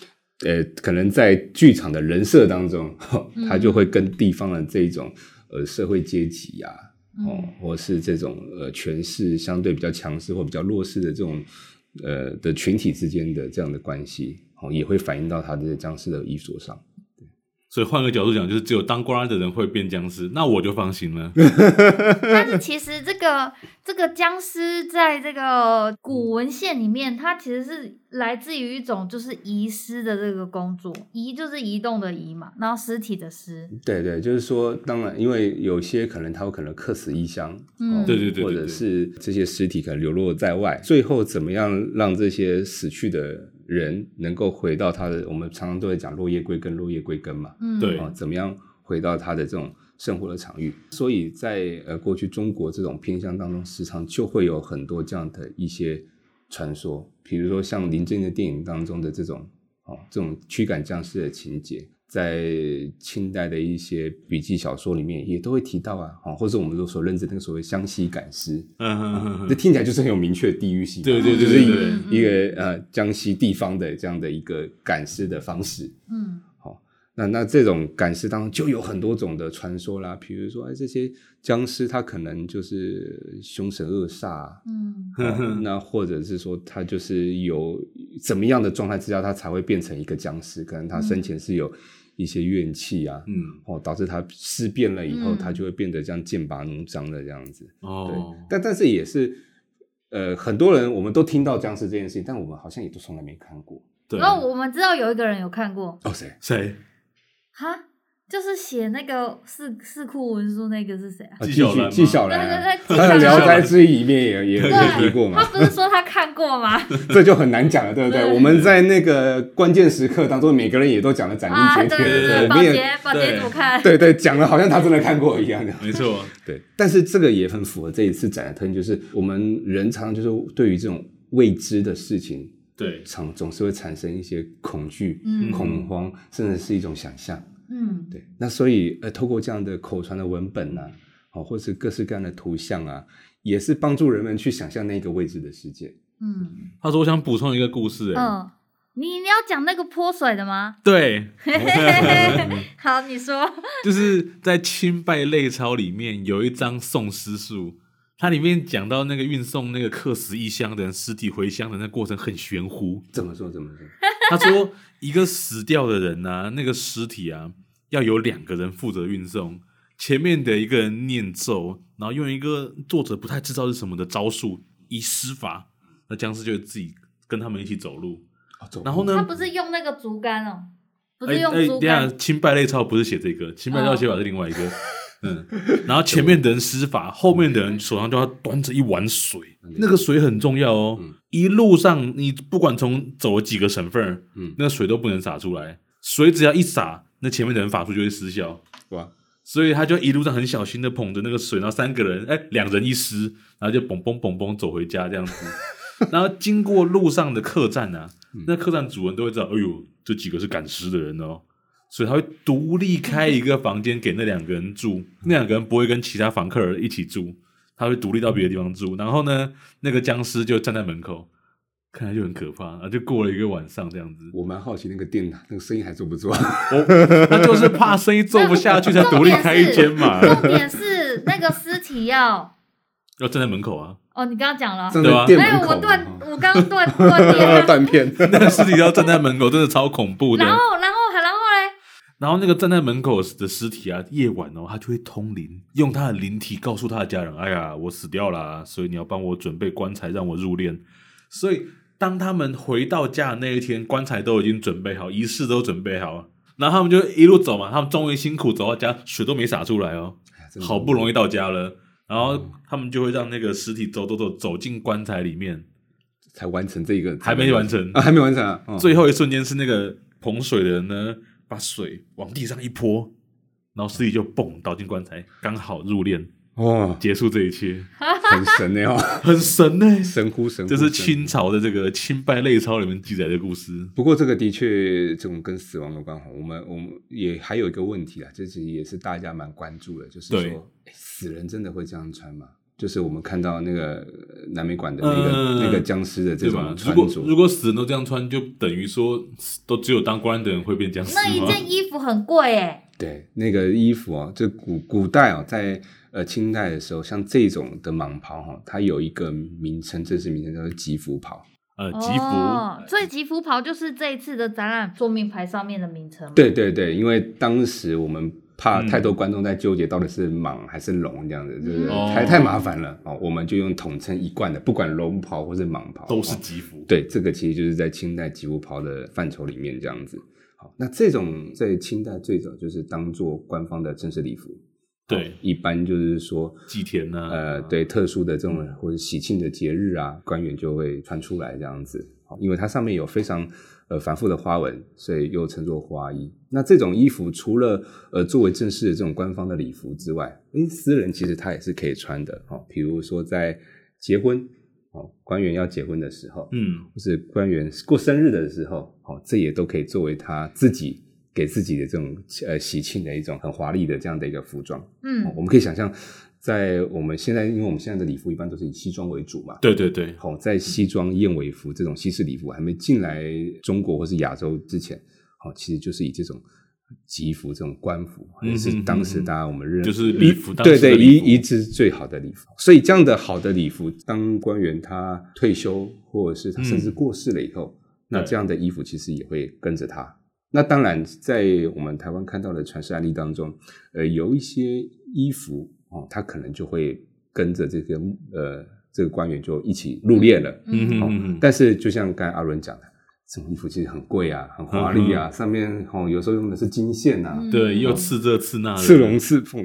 [SPEAKER 3] 呃，可能在剧场的人设当中，
[SPEAKER 2] 嗯
[SPEAKER 3] 他就会跟地方的这一种呃社会阶级呀、哦
[SPEAKER 2] 嗯，
[SPEAKER 3] 或是这种呃权势相对比较强势或比较弱势的这种呃的群体之间的这样的关系，哦，也会反映到他的僵尸的衣着上。
[SPEAKER 1] 所以换个角度讲，就是只有当官的人会变僵尸，那我就放心 了。嗯
[SPEAKER 2] 但是其实这个这个僵尸在这个古文献里面，它其实是来自于一种就是遗失的这个工作，移就是移动的移嘛，然后尸体的尸，
[SPEAKER 3] 对对，就是说，当然，因为有些可能他有可能客死异乡，
[SPEAKER 2] 嗯
[SPEAKER 3] 哦
[SPEAKER 1] 对对对对
[SPEAKER 3] 或者
[SPEAKER 1] 对
[SPEAKER 3] 是这些尸体可能流落在外，最后怎么样让这些死去的人能够回到他的，我们常常都会讲落叶归根，落叶归根嘛，
[SPEAKER 2] 嗯，
[SPEAKER 1] 对
[SPEAKER 3] 啊、怎么样回到他的这种生活的场域？所以在呃过去中国这种偏乡当中，时常就会有很多这样的一些传说，比如说像林正英的电影当中的这种哦这种驱赶僵尸的情节，在清代的一些笔记小说里面也都会提到啊，哦，或者我们所认知的那个所谓湘西赶尸，
[SPEAKER 1] 嗯哼哼
[SPEAKER 3] 这
[SPEAKER 1] 哼，
[SPEAKER 3] 听起来就是很有明确的地域性，
[SPEAKER 1] 对对对
[SPEAKER 3] 就是
[SPEAKER 1] 对
[SPEAKER 3] 一
[SPEAKER 1] 对，
[SPEAKER 3] 一个呃江西地方的这样的一个赶尸的方式。
[SPEAKER 2] 嗯
[SPEAKER 3] 那那这种赶尸当中就有很多种的传说啦，比如说哎这些僵尸他可能就是凶神恶煞啊、
[SPEAKER 2] 嗯
[SPEAKER 3] 哦那或者是说他就是有怎么样的状态之下他才会变成一个僵尸，可能他生前是有一些怨气啊。
[SPEAKER 1] 嗯
[SPEAKER 3] 哦，导致他尸变了以后，
[SPEAKER 2] 嗯
[SPEAKER 3] 他就会变得这样剑拔弩张的这样子。
[SPEAKER 1] 哦
[SPEAKER 3] 对，，但但是也是，呃，很多人我们都听到僵尸这件事情，但我们好像也都从来没看过。
[SPEAKER 1] 对，
[SPEAKER 2] 然后我们知道有一个人有看过，
[SPEAKER 3] 哦，谁？
[SPEAKER 1] 谁？
[SPEAKER 2] 哈，就是写那个四四库文书那个是谁啊？
[SPEAKER 1] 纪
[SPEAKER 3] 继
[SPEAKER 1] 晓岚
[SPEAKER 3] 续
[SPEAKER 1] 吗
[SPEAKER 3] 纪晓
[SPEAKER 2] 对
[SPEAKER 3] 岚啊，
[SPEAKER 2] 对对，
[SPEAKER 3] 他的《
[SPEAKER 2] 纪晓
[SPEAKER 3] 聊
[SPEAKER 2] 岚
[SPEAKER 3] 斋志异》里面也也
[SPEAKER 1] 对
[SPEAKER 3] 也提过
[SPEAKER 2] 他
[SPEAKER 3] 嘛，
[SPEAKER 2] 不是说他看过吗？
[SPEAKER 3] 这就很难讲了，对不对？
[SPEAKER 2] 对
[SPEAKER 3] 我们在那个关键时刻当中，每个人也都讲的斩
[SPEAKER 2] 啊，
[SPEAKER 3] 钉
[SPEAKER 2] 对
[SPEAKER 3] 截铁
[SPEAKER 2] 对对，
[SPEAKER 3] 的，对
[SPEAKER 2] 保
[SPEAKER 3] 我们也
[SPEAKER 2] 洁保洁组看，
[SPEAKER 3] 对对讲的好像他真的看过一样的。
[SPEAKER 1] 没错，
[SPEAKER 3] 对，但是这个也很符合这一次展的特点，就是我们人常常就是对于这种未知的事情，
[SPEAKER 1] 对，
[SPEAKER 3] 常总是会产生一些恐惧、
[SPEAKER 2] 嗯
[SPEAKER 3] 恐慌，甚至是一种想象。
[SPEAKER 2] 嗯
[SPEAKER 3] 对，那所以呃，透过这样的口传的文本啊，哦，或是各式各样的图像啊，也是帮助人们去想象那个未知的世界。
[SPEAKER 2] 嗯
[SPEAKER 1] 他说我想补充一个故事，哎，
[SPEAKER 2] 嗯，你你要讲那个泼水的吗？
[SPEAKER 1] 对，
[SPEAKER 2] 好，你说，
[SPEAKER 1] 就是在清拜类钞里面有一张送尸术，它里面讲到那个运送那个客死异乡的人尸体回乡的那过程很玄乎，
[SPEAKER 3] 怎么说？怎么说？
[SPEAKER 1] 他说，一个死掉的人啊，那个尸体啊，要有两个人负责运送，前面的一个人念咒，然后用一个作者不太知道是什么的招数，以施法，那僵尸就会自己跟他们一起走路。
[SPEAKER 3] 哦，走
[SPEAKER 1] 然后
[SPEAKER 2] 他
[SPEAKER 1] 呢？
[SPEAKER 2] 不是用那个竹竿哦，不
[SPEAKER 1] 嗯哎
[SPEAKER 2] 是用
[SPEAKER 1] 哎，
[SPEAKER 2] 竹
[SPEAKER 1] 等一下
[SPEAKER 2] 竿，，
[SPEAKER 1] 清拜类钞不是写这个，清拜类钞写法是另外一
[SPEAKER 2] 哦
[SPEAKER 1] 个。嗯，然后前面的人施法，后面的人手上就要端着一碗水，那个水很重要哦。一路上你不管从走了几个省份儿，
[SPEAKER 3] 嗯
[SPEAKER 1] 那水都不能洒出来，水只要一洒，那前面的人法术就会失效。
[SPEAKER 3] 哇，
[SPEAKER 1] 所以他就一路上很小心的捧着那个水，然后三个人，哎，两人一湿，然后就嘣嘣嘣嘣走回家这样子。 然后经过路上的客栈啊，那客栈主人都会知道，哎呦，这几个是赶尸的人哦，所以他会独立开一个房间给那两个人住，那两个人不会跟其他房客人一起住，他会独立到别的地方住。然后呢，那个僵尸就站在门口，看来就很可怕，然后就过了一个晚上这样子。
[SPEAKER 3] 我蛮好奇那个电那个生意还做不做？
[SPEAKER 1] 啊 我他就是怕生意做不下去才独立开一间嘛，
[SPEAKER 2] 重点是那个尸体要，
[SPEAKER 1] 要站在门口啊。
[SPEAKER 2] 哦，你刚刚讲了，
[SPEAKER 3] 站
[SPEAKER 1] 对啊
[SPEAKER 3] 在店
[SPEAKER 2] 没有
[SPEAKER 3] 门
[SPEAKER 2] 我
[SPEAKER 3] 口
[SPEAKER 2] 断
[SPEAKER 3] 嘛，
[SPEAKER 2] 我刚刚断断 电
[SPEAKER 3] 哈
[SPEAKER 2] 了，
[SPEAKER 3] 断片。
[SPEAKER 1] 那个尸体要站在门口，真的超恐怖的
[SPEAKER 2] 然。后然后然后嘞，
[SPEAKER 1] 然后那个站在门口的尸体啊，夜晚哦，他就会通灵，用他的灵体告诉他的家人：“哎呀，我死掉啦，所以你要帮我准备棺材，让我入殓。”所以当他们回到家的那一天，棺材都已经准备好，仪式都准备好了。然后他们就一路走嘛，他们终于辛苦走到家，水都没洒出来哦。
[SPEAKER 3] 哎
[SPEAKER 1] 好不容易到家了，然后他们就会让那个尸体走走走走进棺材里面，
[SPEAKER 3] 易才完成这个，
[SPEAKER 1] 还没完成
[SPEAKER 3] 啊，还没完成啊。哦
[SPEAKER 1] 最后一瞬间是那个捧水的人呢，把水往地上一泼，然后尸体就蹦倒进棺材，刚好入殓，
[SPEAKER 3] 哦，
[SPEAKER 1] 结束这一切，
[SPEAKER 3] 很神的哦，
[SPEAKER 1] 很神呢、
[SPEAKER 3] 神乎神乎。
[SPEAKER 1] 这是
[SPEAKER 3] 神乎
[SPEAKER 1] 清朝的这个清拜类钞里面记载的故事。
[SPEAKER 3] 不过这个的确，这种跟死亡有关哈。我们我们也还有一个问题啊，这其实也是大家蛮关注的，就是
[SPEAKER 1] 对
[SPEAKER 3] 说，诶死人真的会这样穿吗？就是我们看到那个呃南美馆的那个、
[SPEAKER 1] 嗯
[SPEAKER 3] 那个僵尸的这
[SPEAKER 1] 对吧
[SPEAKER 3] 种？
[SPEAKER 1] 如
[SPEAKER 3] 穿
[SPEAKER 1] 果如
[SPEAKER 3] 着，
[SPEAKER 1] 果死人都这样穿，就等于说都只有当官的人会变僵尸
[SPEAKER 2] 那一
[SPEAKER 1] 吗？
[SPEAKER 2] 件衣服很贵哎，
[SPEAKER 3] 对那个衣服哦，就古古代哦，在呃清代的时候，像这种的蟒袍哈、哦，它有一个名称，正式名称叫做吉服袍。
[SPEAKER 1] 呃，吉服，
[SPEAKER 2] 哦，所以吉服袍就是这一次的展览说明牌上面的名称嘛，
[SPEAKER 3] 对对对，因为当时我们怕
[SPEAKER 1] 嗯
[SPEAKER 3] 太多观众在纠结到底是蟒还是龙这样子，就是
[SPEAKER 1] 哦
[SPEAKER 3] 太太麻烦了哦，我们就用统称一贯的，不管龙袍或是蟒袍
[SPEAKER 1] 都是
[SPEAKER 3] 哦
[SPEAKER 1] 吉服。
[SPEAKER 3] 对，这个其实就是在清代吉物袍的范畴里面这样子。好，那这种在清代最早就是当做官方的正式礼服，
[SPEAKER 1] 对
[SPEAKER 3] 哦一般就是说
[SPEAKER 1] 祭田啊呢、
[SPEAKER 3] 呃，对特殊的这种或者喜庆的节日啊，官员就会穿出来这样子。好因为它上面有非常呃繁复的花纹，所以又称作花衣。那这种衣服除了呃作为正式的这种官方的礼服之外，诶，私人其实他也是可以穿的。哦，比如说在结婚哦，官员要结婚的时候，
[SPEAKER 1] 嗯，
[SPEAKER 3] 或是官员过生日的时候，哦，这也都可以作为他自己给自己的这种呃喜庆的一种很华丽的这样的一个服装。哦我
[SPEAKER 2] 嗯，
[SPEAKER 3] 们可以想象，在我们现在，因为我们现在的礼服一般都是以西装为主嘛，
[SPEAKER 1] 对对对，
[SPEAKER 3] 好，在西装燕尾服这种西式礼服还没进来中国或是亚洲之前，好，其实就是以这种吉服这种官服，
[SPEAKER 1] 嗯
[SPEAKER 3] 也是
[SPEAKER 1] 哼
[SPEAKER 3] 当时
[SPEAKER 1] 嗯哼
[SPEAKER 3] 大家我们认
[SPEAKER 1] 就是礼服当
[SPEAKER 3] 对
[SPEAKER 1] 时的
[SPEAKER 3] 对，
[SPEAKER 1] 礼
[SPEAKER 3] 一
[SPEAKER 1] 服
[SPEAKER 3] 一直最好的礼服。所以这样的好的礼服，当官员他退休或者是他甚至过世了以后，那
[SPEAKER 1] 对
[SPEAKER 3] 这样的衣服其实也会跟着他。那当然，在我们台湾看到的传世案例当中，呃，有一些衣服哦，它可能就会跟着这个呃这个官员就一起入列了。
[SPEAKER 1] 嗯哼
[SPEAKER 3] 哦
[SPEAKER 1] 嗯哼，
[SPEAKER 3] 但是就像刚才阿伦讲的，这种衣服其实很贵啊，很华丽
[SPEAKER 1] 嗯
[SPEAKER 3] 啊，上面哦有时候用的是金线啊，
[SPEAKER 2] 嗯
[SPEAKER 1] 对，又刺这刺那的，
[SPEAKER 3] 刺龙刺凤。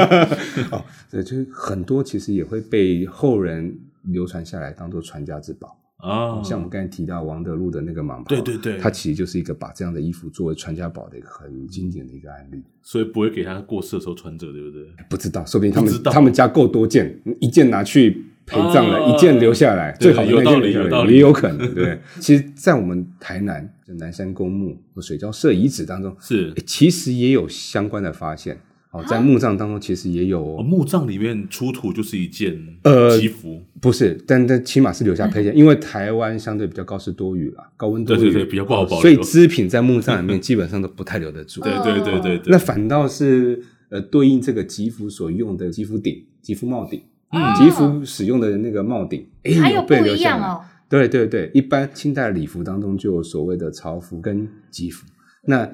[SPEAKER 3] 哦，对，就是很多其实也会被后人流传下来当做传家之宝。
[SPEAKER 1] 啊，
[SPEAKER 3] 像我们刚才提到王德禄的那个蟒袍，
[SPEAKER 1] 对对对
[SPEAKER 3] 它其实就是一个把这样的衣服作为传家宝的一个很经典的一个案例。
[SPEAKER 1] 所以不会给他过世的时候穿着，对不对？
[SPEAKER 3] 不知道，说不定他们
[SPEAKER 1] 不知道
[SPEAKER 3] 他们家够多件，一件拿去陪葬了，
[SPEAKER 1] 啊
[SPEAKER 3] 一件留下来，
[SPEAKER 1] 对
[SPEAKER 3] 最好的那件留下来
[SPEAKER 1] 有道理
[SPEAKER 3] 也
[SPEAKER 1] 有
[SPEAKER 3] 有可能。对，其实，在我们台南的南山公墓和水交社遗址当中，
[SPEAKER 1] 是
[SPEAKER 3] 诶其实也有相关的发现。哦，在墓葬当中其实也有
[SPEAKER 1] 啊哦
[SPEAKER 3] 哦，
[SPEAKER 1] 墓葬里面出土就是一件
[SPEAKER 3] 呃
[SPEAKER 1] 吉服，
[SPEAKER 3] 不是，但但起码是
[SPEAKER 2] 嗯
[SPEAKER 3] 留下配件，因为台湾相对比较高湿多雨啦，高温多雨，
[SPEAKER 1] 对对对比较不好保留嗯
[SPEAKER 3] 所以织品在墓葬里面基本上都不太留得住。
[SPEAKER 1] 对
[SPEAKER 2] 哦
[SPEAKER 1] 对对对对，
[SPEAKER 3] 那反倒是呃对应这个吉服所用的吉服顶、吉服帽顶。
[SPEAKER 1] 嗯
[SPEAKER 3] 吉服使用的那个帽顶，哎、
[SPEAKER 2] 哦嗯还有
[SPEAKER 3] 有
[SPEAKER 2] 不
[SPEAKER 3] 被留
[SPEAKER 2] 一
[SPEAKER 3] 下
[SPEAKER 2] 样
[SPEAKER 3] 来。
[SPEAKER 2] 哦，
[SPEAKER 3] 对对对，一般清代礼服当中就有所谓的朝服跟吉服。那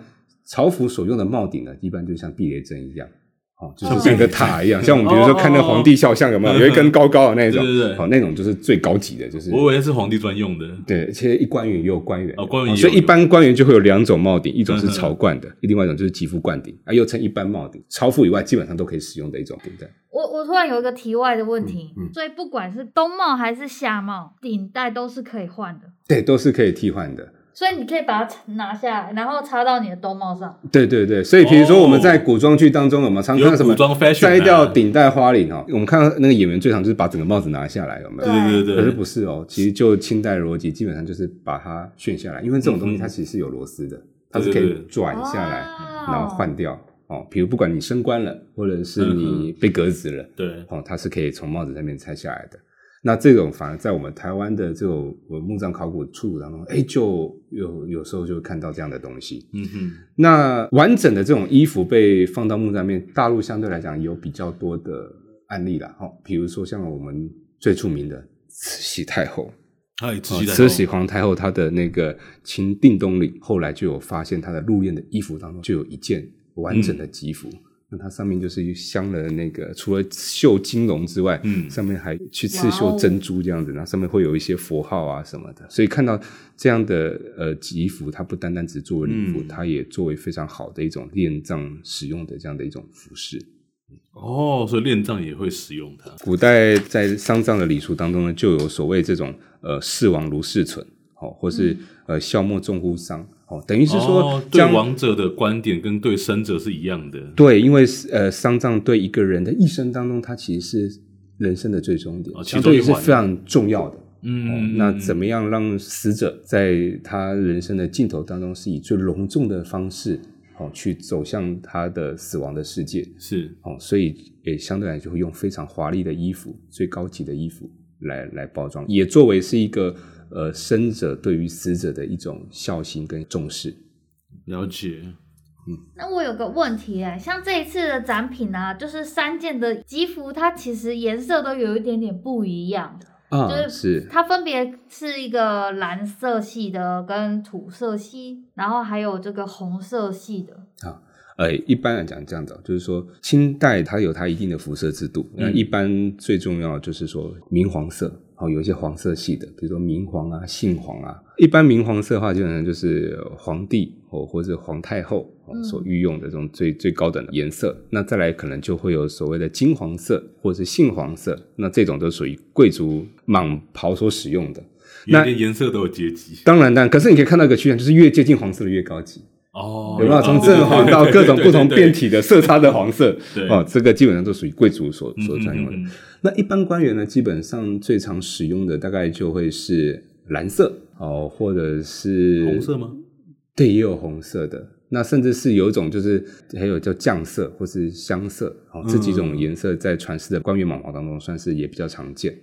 [SPEAKER 3] 朝服所用的帽顶呢，一般就像避雷针一样，哦，就是
[SPEAKER 2] 像
[SPEAKER 3] 像
[SPEAKER 1] 避
[SPEAKER 3] 个
[SPEAKER 1] 雷针
[SPEAKER 3] 塔一样，像我们比如说看那个皇帝肖像有没
[SPEAKER 1] 哦哦
[SPEAKER 3] 有，
[SPEAKER 1] 哦
[SPEAKER 3] 有一根高高的那种，
[SPEAKER 1] 对对对
[SPEAKER 3] 哦，那种就是最高级的，就是。
[SPEAKER 1] 我以为那是皇帝专用的，
[SPEAKER 3] 对，而且一官员也有官员
[SPEAKER 1] 哦官员也有
[SPEAKER 3] 所以一般官员就会有两种帽顶，一种是
[SPEAKER 1] 嗯哼
[SPEAKER 3] 朝冠的，另外一种就是吉服冠顶，啊，又称一般帽顶。朝服以外，基本上都可以使用的一种顶戴。
[SPEAKER 2] 我我突然有一个题外的问题，
[SPEAKER 3] 嗯嗯
[SPEAKER 2] 所以不管是冬帽还是夏帽，领带都是可以换的，
[SPEAKER 3] 对，都是可以替换的。
[SPEAKER 2] 所以你可以把它拿下来，然后插到你的冬帽上。
[SPEAKER 3] 对对对，所以比如
[SPEAKER 1] 哦
[SPEAKER 3] 说我们在古装剧当中，我们常看到什
[SPEAKER 1] 有
[SPEAKER 3] 么
[SPEAKER 1] 古装 fashion 啊
[SPEAKER 3] 摘掉顶戴花领哦，我们看到那个演员最常就是把整个帽子拿下来，有没
[SPEAKER 1] 对
[SPEAKER 3] 有？
[SPEAKER 1] 啊对
[SPEAKER 3] 可是
[SPEAKER 1] 对对，
[SPEAKER 3] 不是哦，其实就清代逻辑，基本上就是把它旋下来，因为这种
[SPEAKER 1] 嗯
[SPEAKER 3] 东西
[SPEAKER 1] 哼
[SPEAKER 3] 它其实是有螺丝的，它是
[SPEAKER 1] 对
[SPEAKER 3] 可
[SPEAKER 1] 对
[SPEAKER 3] 以
[SPEAKER 1] 对
[SPEAKER 3] 转下来，
[SPEAKER 2] 哦
[SPEAKER 3] 然后换掉哦。比如不管你升官了，或者是
[SPEAKER 1] 嗯
[SPEAKER 3] 你被革职了，
[SPEAKER 1] 对，
[SPEAKER 3] 哦，它是可以从帽子上面拆下来的。那这种反而在我们台湾的这种呃墓葬考古出土当中，哎，就有有时候就会看到这样的东西。
[SPEAKER 1] 嗯哼，
[SPEAKER 3] 那完整的这种衣服被放到墓葬里面，大陆相对来讲有比较多的案例啦。哦，比如说像我们最著名的慈禧太后，
[SPEAKER 1] 还有慈
[SPEAKER 3] 哦
[SPEAKER 1] 禧太后
[SPEAKER 3] 慈禧皇太后她的那个清定东陵，后来就有发现她的入殓的衣服当中就有一件完整的吉服。
[SPEAKER 1] 嗯
[SPEAKER 3] 那它上面就是镶了那个，除了绣金龙之外，
[SPEAKER 1] 嗯
[SPEAKER 3] 上面还去刺
[SPEAKER 2] 哇
[SPEAKER 3] 绣
[SPEAKER 2] 哦
[SPEAKER 3] 珍珠这样子，然后上面会有一些佛号啊什么的。所以看到这样的呃吉服，它不单单只作为礼服，
[SPEAKER 1] 嗯
[SPEAKER 3] 它也作为非常好的一种殓葬使用的这样的一种服饰。
[SPEAKER 1] 哦，所以殓葬也会使用它，
[SPEAKER 3] 古代在丧葬的礼俗当中呢，就有所谓这种呃视亡如视存，哦，或是、呃孝莫重乎丧，哦，等于是说
[SPEAKER 1] 嗯哦对
[SPEAKER 3] 将、
[SPEAKER 1] 亡者的观点跟对生者是一样的，
[SPEAKER 3] 对，因为呃丧葬对一个人的一生当中，它其实是人生的最终点，
[SPEAKER 1] 哦其中
[SPEAKER 3] 相对于
[SPEAKER 1] 一
[SPEAKER 3] 是
[SPEAKER 1] 环
[SPEAKER 3] 非常重要的。哦
[SPEAKER 1] 嗯，
[SPEAKER 3] 那怎么样让死者在他人生的尽头当中，是以最隆重的方式，哦，去走向他的死亡的世界？
[SPEAKER 1] 是？
[SPEAKER 3] 哦，所以也相对来就会用非常华丽的衣服、最高级的衣服来来包装，也作为是一个呃生者对于死者的一种孝心跟重视。
[SPEAKER 1] 了解，
[SPEAKER 2] 那我有个问题哎、像这一次的展品啊，就是三件的吉服，它其实颜色都有一点点不一样，
[SPEAKER 3] 啊，
[SPEAKER 2] 就是它分别是一个蓝色系的跟土色系，然后还有这个红色系的。
[SPEAKER 3] 呃，一般来讲这样子哦，就是说清代它有它一定的辐射制度，那、
[SPEAKER 1] 嗯
[SPEAKER 3] 一般最重要的就是说明黄色，哦，有一些黄色系的，比如说明黄啊、杏黄啊。一般明黄色的话，基本上就是皇帝哦或者皇太后、哦、
[SPEAKER 2] 嗯
[SPEAKER 3] 所御用的这种最最高等的颜色。那再来可能就会有所谓的金黄色或是杏黄色，那这种都属于贵族蟒袍所使用的。
[SPEAKER 1] 因为
[SPEAKER 3] 那
[SPEAKER 1] 连颜色都有阶级，
[SPEAKER 3] 当然，当然，可是你可以看到一个趋向，就是越接近黄色的越高级。
[SPEAKER 1] 哦，
[SPEAKER 3] 有没有
[SPEAKER 1] 啊
[SPEAKER 3] 从
[SPEAKER 1] 对对
[SPEAKER 3] 正黄
[SPEAKER 1] 对
[SPEAKER 3] 到
[SPEAKER 1] 对
[SPEAKER 3] 各
[SPEAKER 1] 对
[SPEAKER 3] 种
[SPEAKER 1] 对
[SPEAKER 3] 不
[SPEAKER 1] 对
[SPEAKER 3] 同
[SPEAKER 1] 对
[SPEAKER 3] 变体的色差的黄色？
[SPEAKER 1] 对
[SPEAKER 3] 哦，这个基本上都属于贵族所
[SPEAKER 1] 嗯
[SPEAKER 3] 所
[SPEAKER 1] 嗯
[SPEAKER 3] 专用的。
[SPEAKER 1] 嗯嗯
[SPEAKER 3] 那一般官员呢，基本上最常使用的大概就会是蓝色哦，或者是
[SPEAKER 1] 红色吗？
[SPEAKER 3] 对，也有红色的。那甚至是有一种就是还有叫酱色或是香色哦，这几种
[SPEAKER 1] 嗯
[SPEAKER 3] 颜色在传世的官员蟒袍当中算是也比较常见。哦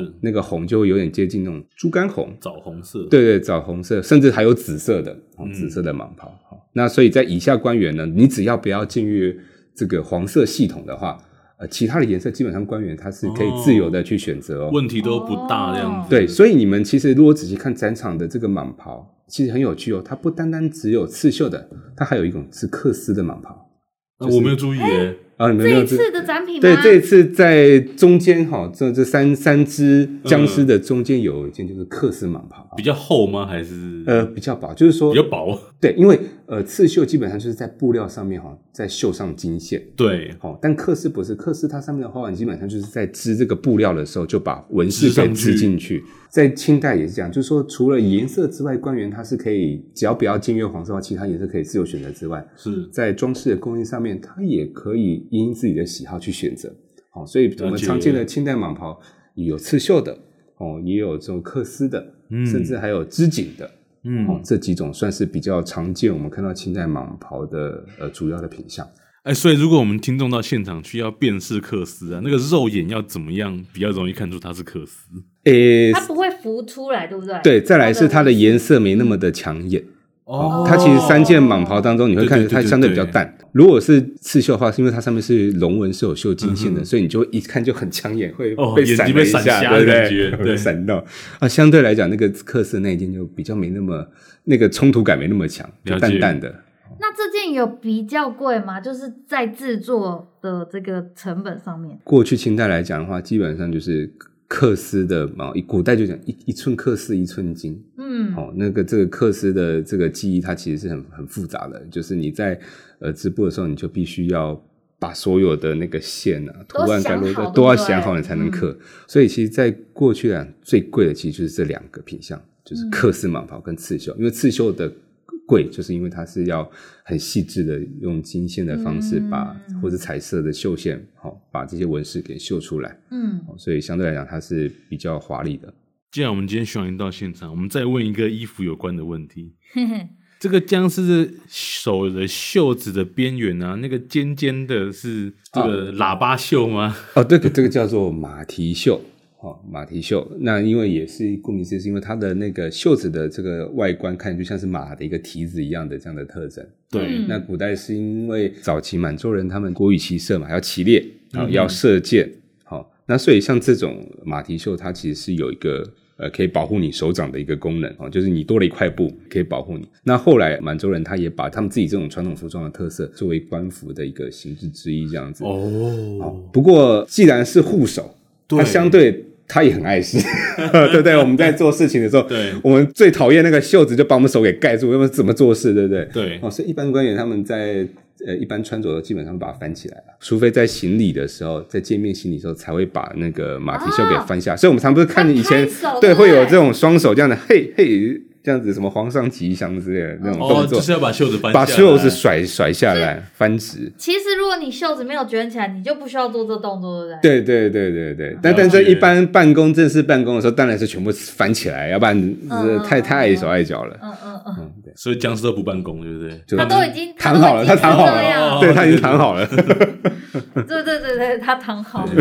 [SPEAKER 1] 是
[SPEAKER 3] 那个红就会有点接近那种猪肝红，
[SPEAKER 1] 枣红色，，
[SPEAKER 3] 对对，枣红色，甚至还有紫色的，哦
[SPEAKER 1] 嗯
[SPEAKER 3] 紫色的蟒袍。哦那所以在以下官员呢，你只要不要进入这个黄色系统的话，呃，其他的颜色基本上官员他是可以自由的去选择哦。
[SPEAKER 1] 问题都不大这样
[SPEAKER 2] 哦
[SPEAKER 1] 子。
[SPEAKER 3] 对，所以你们其实如果仔细看展场的这个蟒袍，其实很有趣哦，它不单单只有刺绣的，它还有一种是克丝的蟒袍。
[SPEAKER 1] 啊我没有注意
[SPEAKER 2] 哎
[SPEAKER 1] 耶，
[SPEAKER 3] 啊，你们
[SPEAKER 2] 这
[SPEAKER 3] 没有
[SPEAKER 2] 一
[SPEAKER 3] 注
[SPEAKER 2] 次的展品吗？
[SPEAKER 3] 对，这一次在中间哈、这这三三只僵尸
[SPEAKER 1] 嗯
[SPEAKER 3] 的中间有一件就是克丝蟒袍，
[SPEAKER 1] 比较厚吗？还是
[SPEAKER 3] 呃，比较薄，就是说
[SPEAKER 1] 比较薄？
[SPEAKER 3] 对，因为呃，刺绣基本上就是在布料上面哈、再绣上金线。
[SPEAKER 1] 对，
[SPEAKER 3] 哦，但克丝不是，克丝它上面的花纹基本上就是在织这个布料的时候就把纹饰
[SPEAKER 1] 织
[SPEAKER 3] 给
[SPEAKER 1] 上去
[SPEAKER 3] 织进去。在清代也是这样，就是说除了颜色之外，官员他是可以只要不要僭越黄色的话，其他颜色可以自由选择之外，
[SPEAKER 1] 是
[SPEAKER 3] 在装饰的工艺上面，它也可以因自己的喜好去选择。哦，所以我
[SPEAKER 1] 了
[SPEAKER 3] 们
[SPEAKER 1] 解
[SPEAKER 3] 常见的清代蟒袍有刺绣的，哦，也有这种克丝的，
[SPEAKER 1] 嗯
[SPEAKER 3] 甚至还有织锦的。哦
[SPEAKER 1] 嗯，，
[SPEAKER 3] 这几种算是比较常见，我们看到清代蟒袍的呃主要的品相。
[SPEAKER 1] 哎，所以如果我们听众到现场去要辨识克斯啊，那个肉眼要怎么样比较容易看出它是克斯？
[SPEAKER 3] 诶、
[SPEAKER 2] 它不会浮出来，对不对？
[SPEAKER 3] 对，再来是它的
[SPEAKER 2] 颜。
[SPEAKER 3] 颜色没那么的抢眼。
[SPEAKER 2] 哦
[SPEAKER 3] 它其实三件蟒袍当中，你会看
[SPEAKER 1] 对对
[SPEAKER 3] 着
[SPEAKER 1] 对
[SPEAKER 3] 它相对比较
[SPEAKER 1] 对对
[SPEAKER 3] 淡。如果是刺绣的话，是因为它上面是龙纹是有绣金线
[SPEAKER 1] 嗯
[SPEAKER 3] 的，所以你就会一看就很抢眼，会
[SPEAKER 1] 哦
[SPEAKER 3] 被
[SPEAKER 1] 眼睛
[SPEAKER 3] 闪
[SPEAKER 1] 被
[SPEAKER 3] 了一
[SPEAKER 1] 闪
[SPEAKER 3] 下，
[SPEAKER 1] 瞎的
[SPEAKER 3] 对不
[SPEAKER 1] 感觉
[SPEAKER 3] 对？
[SPEAKER 1] 对
[SPEAKER 3] 被闪到啊，相对来讲，那个克斯那一件就比较没那么那个冲突感没那么强，就
[SPEAKER 1] 了解
[SPEAKER 3] 淡淡的。
[SPEAKER 2] 那这件有比较贵吗？就是在制作的这个成本上面，
[SPEAKER 3] 过去清代来讲的话，基本上就是克丝的毛，古代就讲一一寸克丝一寸金。
[SPEAKER 2] 嗯，
[SPEAKER 3] 哦，那个这个克丝的这个技艺，它其实是很很复杂的，就是你在呃织布的时候，你就必须要把所有的那个线啊、图
[SPEAKER 2] 都
[SPEAKER 3] 案该
[SPEAKER 2] 想
[SPEAKER 3] 落
[SPEAKER 2] 好
[SPEAKER 3] 的
[SPEAKER 2] 对
[SPEAKER 3] 都要
[SPEAKER 2] 不对
[SPEAKER 3] 想好，你才能
[SPEAKER 2] 嗯
[SPEAKER 3] 刻。所以其实，在过去啊，最贵的其实就是这两个品相，就是
[SPEAKER 2] 嗯
[SPEAKER 3] 克丝蟒袍跟刺绣，因为刺绣的。贵就是因为它是要很细致的用金线的方式把，
[SPEAKER 2] 嗯
[SPEAKER 3] 或者彩色的绣线，好、把这些纹饰给绣出来，
[SPEAKER 2] 嗯，
[SPEAKER 3] 哦所以相对来讲它是比较华丽的。
[SPEAKER 1] 既然我们今天选完到现场，我们再问一个衣服有关的问题。这个僵尸的手的袖子的边缘啊，那个尖尖的是这个
[SPEAKER 3] 啊
[SPEAKER 1] 喇叭袖吗？
[SPEAKER 3] 哦，这个这个叫做马蹄袖，哦，马蹄袖。那因为也是顾名思义，是因为它的那个袖子的这个外观看就像是马的一个蹄子一样的这样的特征。
[SPEAKER 1] 对，
[SPEAKER 2] 嗯
[SPEAKER 3] 那古代是因为早期满洲人他们国语骑射嘛，要骑猎，然后要射箭，好、那所以像这种马蹄袖，它其实是有一个呃可以保护你手掌的一个功能哦，就是你多了一块布可以保护你。那后来满洲人他也把他们自己这种传统服装的特色作为官服的一个形制之一，这样
[SPEAKER 2] 嗯
[SPEAKER 3] 子。
[SPEAKER 1] 哦，
[SPEAKER 3] 不过既然是护手，
[SPEAKER 1] 对
[SPEAKER 3] 他相对他也很碍事， 对不对？我们在做事情的时候，
[SPEAKER 1] 对
[SPEAKER 3] 我们最讨厌那个袖子就把我们手给盖住，要么怎么做事，对不对？
[SPEAKER 1] 对
[SPEAKER 3] 哦，所以一般官员他们在呃一般穿着的基本上把它翻起来了，除非在行礼的时候，在见面行礼的时候才会把那个马蹄袖给翻下。所以我们常不是看以前
[SPEAKER 2] 会拍手对
[SPEAKER 3] 对
[SPEAKER 2] 不对
[SPEAKER 3] 会有这种双手这样的嘿嘿这样子什么皇上吉祥之类的那种
[SPEAKER 1] 哦，
[SPEAKER 3] 动作，
[SPEAKER 1] 就是要把袖子翻下来，
[SPEAKER 3] 把袖子甩甩下来翻直。
[SPEAKER 2] 其实如果你袖子没有卷起来，你就不需要做这动作，对不对？
[SPEAKER 3] 对对对对对，
[SPEAKER 1] 了
[SPEAKER 3] 但但
[SPEAKER 1] 解
[SPEAKER 3] 是一般办公正式办公的时候，当然是全部翻起来，要不然呃
[SPEAKER 2] 嗯
[SPEAKER 3] 太太碍手碍脚了。
[SPEAKER 2] 嗯嗯嗯，
[SPEAKER 3] 嗯，对，
[SPEAKER 1] 所以僵尸都不办公，对不对？
[SPEAKER 3] 就
[SPEAKER 2] 他都已经
[SPEAKER 3] 躺好了，
[SPEAKER 2] 他
[SPEAKER 3] 他躺好了，
[SPEAKER 1] 哦
[SPEAKER 3] 对他已经躺好了。
[SPEAKER 2] 对对对对，他躺好了。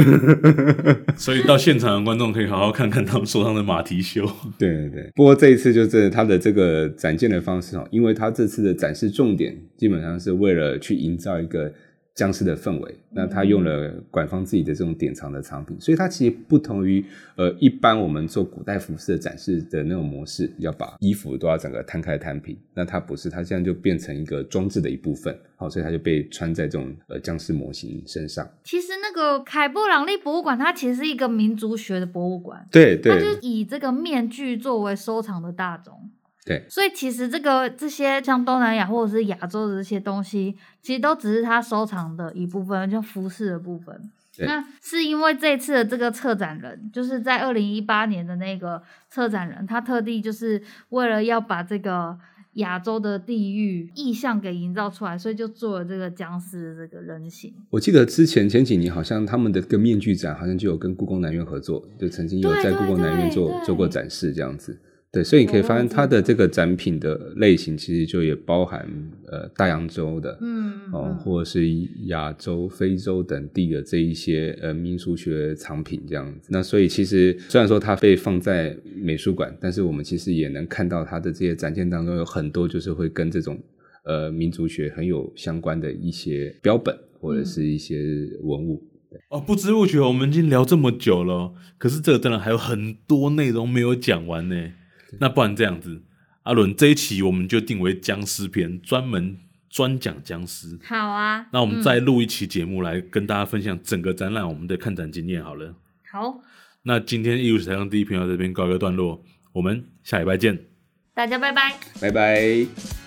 [SPEAKER 1] 所以到现场的观众可以好好看看他们手上的马蹄袖。
[SPEAKER 3] 对对对，不过这一次就是他的这个展现的方式哦，因为他这次的展示重点基本上是为了去营造一个僵尸的氛围，那他用了馆方自己的这种典藏的藏品，所以它其实不同于呃一般我们做古代服饰的展示的那种模式，要把衣服都要整个摊开摊平，那它不是，它现在就变成一个装置的一部分，好、所以它就被穿在这种呃僵尸模型身上。
[SPEAKER 2] 其实那个凯布朗利博物馆，它其实是一个民族学的博物馆，
[SPEAKER 3] 对
[SPEAKER 2] 它
[SPEAKER 3] 对
[SPEAKER 2] 就是以这个面具作为收藏的大宗。
[SPEAKER 3] 对，
[SPEAKER 2] 所以其实这个这些像东南亚或者是亚洲的这些东西，其实都只是他收藏的一部分，就服饰的部分。
[SPEAKER 3] 对
[SPEAKER 2] 那是因为这次的这个策展人，就是在二零一八年的那个策展人，他特地就是为了要把这个亚洲的地域意象给营造出来，所以就做了这个僵尸的这个人形。
[SPEAKER 3] 我记得之前前几年好像他们的跟面具展好像就有跟故宫南院合作，就曾经有
[SPEAKER 2] 对
[SPEAKER 3] 在
[SPEAKER 2] 对
[SPEAKER 3] 故宫南院
[SPEAKER 2] 对
[SPEAKER 3] 做
[SPEAKER 2] 对哦
[SPEAKER 3] 做过展示这样子。对，所以你可以发现
[SPEAKER 2] 我忘记
[SPEAKER 3] 它的这个展品的类型其实就也包含呃大洋洲的，
[SPEAKER 2] 嗯，嗯
[SPEAKER 3] 哦
[SPEAKER 2] 嗯，
[SPEAKER 3] 或者是亚洲、非洲等地的这一些呃民俗学藏品这样子。那所以其实虽然说它被放在美术馆，但是我们其实也能看到它的这些展件当中有很多就是会跟这种呃民族学很有相关的一些标本或者
[SPEAKER 2] 嗯
[SPEAKER 3] 是一些文物。
[SPEAKER 1] 哦，不知不觉我们已经聊这么久了哦，可是这个展览还有很多内容没有讲完呢。那不然这样子，阿伦这一期我们就定为僵尸篇，专门专讲僵尸。
[SPEAKER 2] 好啊，
[SPEAKER 1] 那我们
[SPEAKER 2] 嗯
[SPEAKER 1] 再录一期节目来跟大家分享整个展览我们的看展经验好了。
[SPEAKER 2] 好，
[SPEAKER 1] 那今天艺术史台上第一篇到这边告一个段落，我们下礼拜见。
[SPEAKER 2] 大家拜拜。
[SPEAKER 3] 拜拜。